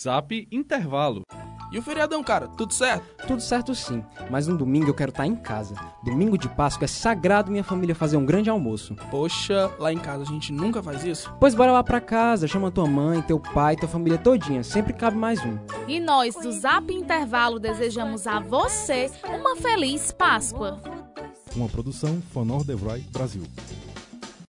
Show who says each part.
Speaker 1: Zap Intervalo.
Speaker 2: E o feriadão, cara, tudo certo?
Speaker 3: Tudo certo sim, mas no domingo eu quero estar em casa. Domingo de Páscoa é sagrado minha família fazer um grande almoço.
Speaker 2: Poxa, lá em casa a gente nunca faz isso.
Speaker 3: Pois bora lá pra casa, chama tua mãe, teu pai, tua família todinha, sempre cabe mais um.
Speaker 4: E nós do Zap Intervalo desejamos a você uma feliz Páscoa.
Speaker 5: Uma produção Fonor Devroy Brasil.